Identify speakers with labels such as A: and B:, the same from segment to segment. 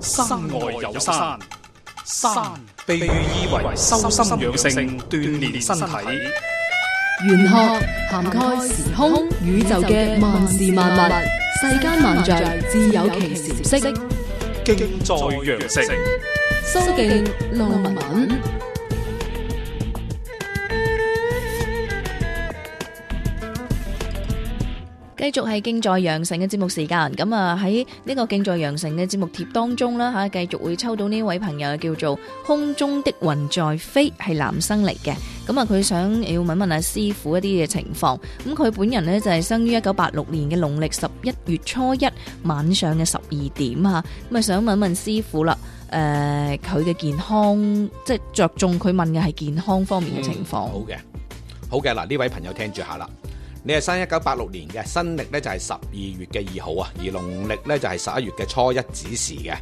A: 山外有山，山被寓意為修心養性、鍛鍊身體。
B: 玄學涵蓋時空宇宙嘅萬事萬物，世間萬象自有其時色。
A: 敬在羊城，
B: 蘇敬路文。
C: 繼續係敬在羊城嘅節目時間，咁啊喺呢個敬在羊城嘅節目貼當中啦吓，繼續會抽到呢位朋友叫做空中的雲在飛，係男生嚟嘅。咁啊，佢想要問問阿師傅一啲嘅情況。咁佢本人呢，就係生於一九八六年嘅農曆十一月初一晚上嘅十二點啊。咁啊，想問問師傅啦，誒佢嘅健康，即係着重佢問嘅係健康方面嘅情況。
D: 嗯好嘅，好嘅，嗱呢位朋友聽住下啦。你係生一九八六年嘅，新歷咧就係十二月嘅二號啊，而農曆咧就係十一月嘅初一子時嘅。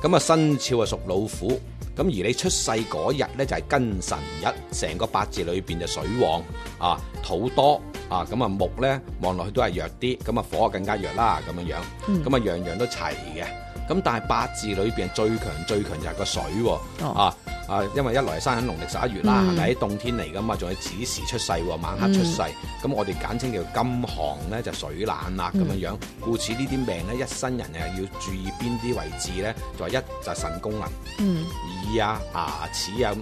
D: 咁啊，生肖啊屬老虎，咁而你出世嗰日咧就係庚辰日，成個八字裏邊就水旺啊，土多啊，咁啊木咧望落去都係弱啲，咁啊火啊更加弱啦，咁樣樣，咁啊樣樣都齊嘅。咁但係八字裏邊最強最強就係個水喎、啊啊！因為一來係生喺農曆十一月啦，係咪、冬天嚟噶嘛，仲係子時出世喎，晚黑出世，咁、我哋簡稱叫金寒咧，就水冷啦咁樣樣。故此呢啲病咧，一生人啊要注意邊啲位置咧？就係一就係腎功能，
C: 嗯
D: 耳啊、牙齒啊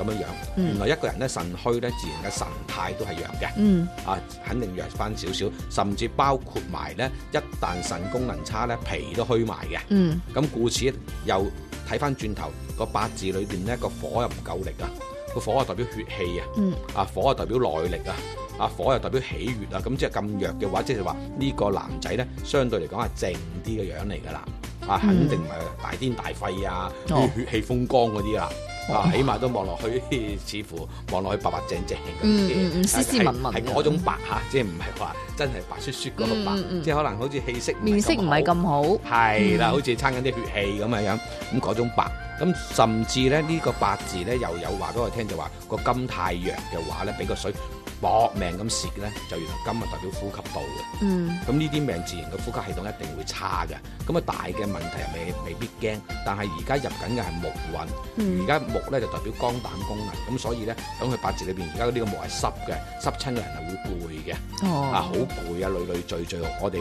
D: 咁樣樣。原來一個人咧腎虛咧，自然嘅神態都係弱嘅。
C: 嗯
D: 啊，肯定弱翻少少，甚至包括埋咧，一旦腎功能差咧，脾都虛埋嘅。
C: 嗯
D: 咁故此又睇翻轉頭個八字裏邊呢個火又唔夠力啊，個火啊代表血氣啊，
C: 嗯
D: 啊火啊代表耐力啊，啊火又代表喜悅啊，咁即係咁弱嘅話，即係話呢個男仔呢，相對嚟講係靜啲嘅樣嚟㗎啦，啊
C: 嗯
D: 肯定唔係大癲大肺啊，
C: 哦
D: 血氣風光嗰啲啦。啊，起碼都望落去， 似乎望落去白白淨淨咁
C: 嗯
D: 嘅
C: 嗯嗯斯斯文文
D: 係係
C: 咁
D: 嗰種白嚇，即係唔係話真係白雪雪嗰個白，
C: 嗯嗯嗯
D: 即係可能好似氣色
C: 面色唔係
D: 好啊
C: 咁好。
D: 係啦，
C: 嗯
D: 好似撐緊啲血氣咁樣樣，咁嗰種白，咁甚至咧呢、個八字咧又有話俾我聽就話個金太弱嘅話咧，俾個水搏命咁蝕咧，就原來金啊代表呼吸道嘅，
C: 嗯
D: 咁呢啲命自然個呼吸系統一定會差嘅，咁啊大嘅問題又未未必驚，但係而家入緊嘅係木運。而
C: 嗯
D: 家木咧就代表肝膽功能，咁所以咧響佢八字裏邊，而家呢個木係濕嘅，濕親嘅人係會攰嘅。啊，好
C: 哦，
D: 攰啊，累累聚聚。我哋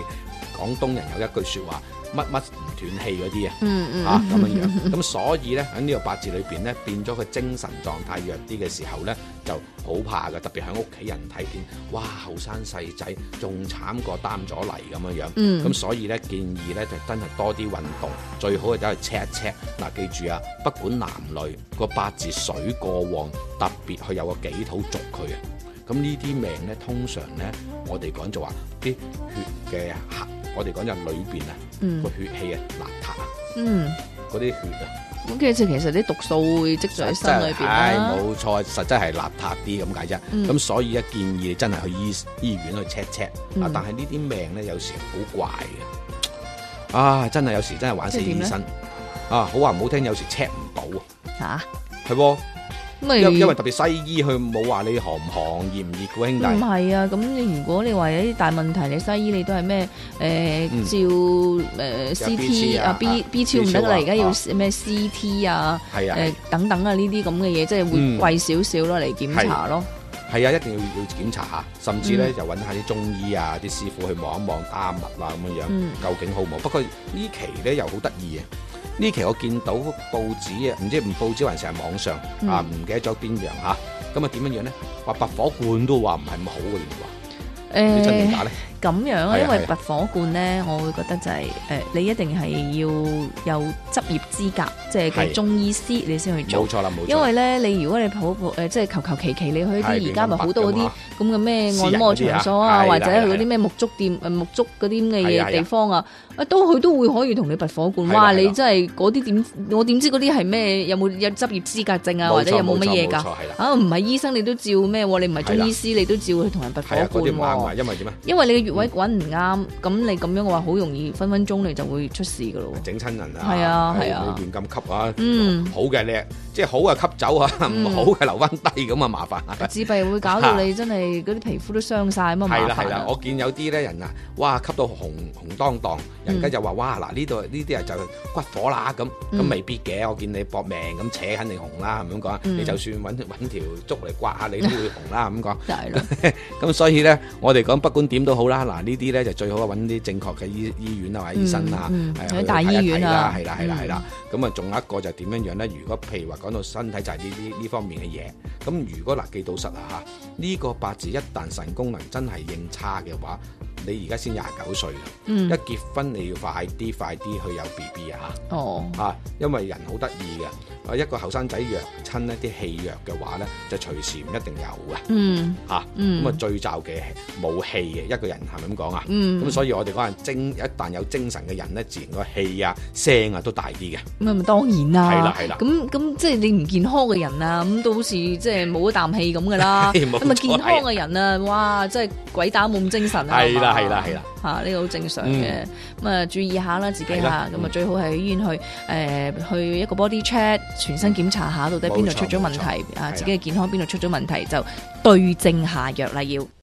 D: 廣東人有一句説話，乜乜唔斷氣嗰啲啊。
C: 嗯嗯
D: 啊咁樣樣，咁所以咧喺呢個八字裏邊咧，變咗佢精神狀態弱啲嘅時候咧，就好怕嘅。特別喺屋企人睇見，哇後生細仔仲慘過擔咗嚟咁樣樣。
C: 嗯
D: 咁所以咧建議咧就真係多啲運動，最好就走去 check 一 check。嗱、記住啊，不管男女個八字水過旺，特別佢有個己土逐佢啊。咁呢啲命咧，通常咧，我哋講就話啲血嘅黑，我哋講就係裏邊啊
C: 嗯
D: 個血氣啊邋遢啊。
C: 嗯。
D: 嗰啲血啊，
C: 咁跟住其實啲毒素會積聚喺身裏邊
D: 唉
C: 啦。
D: 冇錯，實質係邋遢啲咁解啫。咁、
C: 嗯
D: 所以咧，建議你真係去醫醫院去 check check 啊
C: 嗯。
D: 但係呢啲命咧，有時好怪嘅。啊，真係有時真係玩死
C: 即係點
D: 醫
C: 咧
D: 生啊！好話唔好聽，有時 check 唔到啊，
C: 嚇，
D: 係喎。
C: 咪
D: 因因為特別西醫，佢冇話你寒唔寒、熱唔熱嘅兄
C: 唔
D: 弟。
C: 係啊？咁你如果你話有啲大問題，你西醫你都係咩
D: 嗯
C: 誒照誒
D: BC
C: CT
D: 啊
C: 啊 B
D: 啊
C: B 超唔得啦，
D: 啊
C: 而家要
D: 啊
C: 咩 CT 啊
D: 係啊，
C: 誒等等啊呢啲咁嘅嘢，即係會
D: 嗯
C: 貴少少咯嚟檢查咯。
D: 係啊，一定要要檢查下，甚至
C: 嗯
D: 咧就揾下啲中醫啊、啲師傅去望一望打下脈啊咁樣樣，
C: 嗯
D: 究竟好唔好？不過呢期咧又好得意啊！呢期我見到報紙啊，唔知唔報紙還是係網上、
C: 嗯
D: 啊，唔記得咗邊樣嚇。咁啊點樣樣咧？話白火罐都話唔係咁好嘅，原 來話你真定
C: 誒
D: 假咧？
C: 咁樣
D: 係啊
C: 啊，因為
D: 係
C: 拔火罐咧，我會覺得就係誒你一定係要有執業資格，即係個
D: 係
C: 中醫師你先去做
D: 冇。錯啦，冇錯。
C: 因為咧，你如果你抱抱誒，即係求求其其，你去啲
D: 係
C: 而家咪好多嗰
D: 亂咁
C: 啲咁嘅咩
D: 私人
C: 按摩
D: 嗰啲啊
C: 場所啊，
D: 係啦
C: 或者
D: 係啦
C: 去嗰啲咩沐足店、誒沐足嗰啲咁嘅
D: 係啊係啊
C: 嘢地方啊，啊都佢都會可以同你拔火罐。
D: 係啦
C: 哇！
D: 係啦
C: 你真係嗰啲點？我點知嗰啲係咩？有冇有執業資格證啊？
D: 冇錯
C: 或者有冇乜嘢㗎
D: 冇錯冇錯係啦？
C: 啊，唔係醫生你都照咩喎？你唔係中醫師你都照去同人拔火
D: 係啊，嗰
C: 罐
D: 啲唔啱啊，
C: 喎。
D: 因為點啊？
C: 因為你嘅穴位揾唔啱，咁你咁樣嘅話，好容易分分鐘你就會出事噶咯喎。
D: 整親人啊，
C: 係啊
D: 唉
C: 係啊
D: 你亂咁吸啊，
C: 嗯
D: 好嘅你即係好嘅吸走啊，唔好嘅留翻低咁啊麻煩啊。
C: 自閉會搞到你真係嗰啲皮膚都傷晒咁啊，麻
D: 係啦係
C: 煩
D: 啦
C: 啊，
D: 我見有啲咧人啊，哇吸到紅紅當當，
C: 嗯
D: 人家就話哇嗱呢度呢啲人就骨火啦咁，咁
C: 嗯
D: 未必嘅。我見你搏命咁扯，肯定紅啦，咁樣講。
C: 嗯
D: 你就算揾揾條竹嚟刮下，你都會紅啦，咁講。
C: 就係啦，
D: 咁所以咧，我哋講不管點都好啦，嗱呢啲咧就最好揾啲正確嘅醫醫院啊或者醫生啊，
C: 嗯嗯
D: 係
C: 喺
D: 去
C: 大醫
D: 睇一睇
C: 院啊
D: 啦，係啦係
C: 嗯
D: 啦係啦。咁啊，仲有一個就點樣樣咧？如果譬如話講到身體就係呢啲呢方面嘅嘢，咁如果嗱記到實啊嚇，呢個八字一旦腎功能真係認差嘅話，你而家先廿九歲啦，一
C: 嗯，
D: 結婚你要快啲快啲去有 B B 啊嚇！
C: 哦，
D: 啊，因為人好得意嘅，啊一個後生仔弱親呢啲氣弱嘅話咧，就隨時唔一定有嘅
C: 嗯
D: 嚇。啊咁啊
C: 嗯
D: 最罩嘅冇氣嘅一個人係咪咁講啊？咁、
C: 嗯，
D: 所以我哋講係精，一旦有精神嘅人咧，自然個氣啊、聲啊都大啲嘅。
C: 咁咪當然啦，
D: 係啦係啦
C: 咁咁即係你唔健康嘅人啊，咁都好似即係冇一啖氣咁噶啦。
D: 係冇
C: 咁啊，
D: 錯
C: 健康嘅人啊，哇，真係鬼打冇咁精神啊！
D: 係啦
C: 嘛
D: 係啦係啦，
C: 嚇啊呢個好正常嘅。咁啊，注意下啦自己
D: 嗯係
C: 嚇
D: 啦，
C: 咁啊最好係去醫院去誒去一個 body check 全身檢查下，到底邊度
D: 冇錯
C: 出咗問題
D: 冇錯
C: 啊？
D: 係啦
C: 自己嘅健康邊度出咗問題就對症下藥啦，要。